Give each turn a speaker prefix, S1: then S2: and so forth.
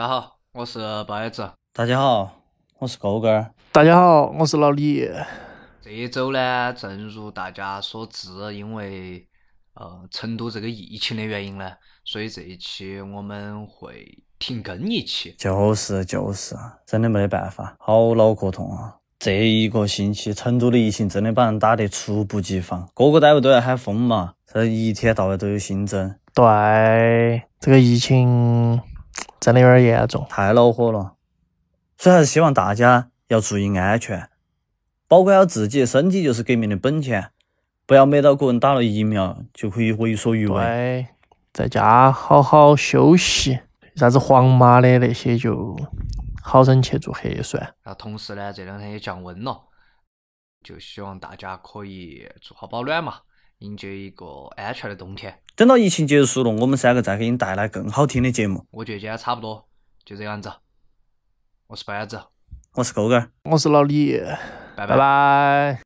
S1: 大家好，我是包子。
S2: 大家好，我是狗哥儿。
S3: 大家好，我是老李。
S1: 这一周呢，正如大家所知，因为呃成都这个疫情的原因呢，所以这一期我们会停更一期。
S2: 就是就是，啊真的没得办法，好脑壳痛啊！这一个星期，成都的疫情真的把人打得猝不及防，各个单位都在喊封嘛，这一天到晚都有新增，
S3: 对，这个疫情真的有点严重。
S2: 太恼火了。所以还是希望大家要注意安全，保管好自己，身体就是革命的本钱，不要每到个人打了疫苗就可以为所欲为。
S3: 对，在家好好休息，啥子黄码的那些就好生去做核酸。
S1: 然后同时呢，这两天也降温了，就希望大家可以做好保暖嘛，迎接一个安全的冬天。
S2: 等到疫情结束了，我们三个再给你带来更好听的节目。
S1: 我觉得今天差不多就这个样子。我是包子，
S2: 我是狗哥儿。
S3: 我是老李，
S1: 拜
S3: 拜拜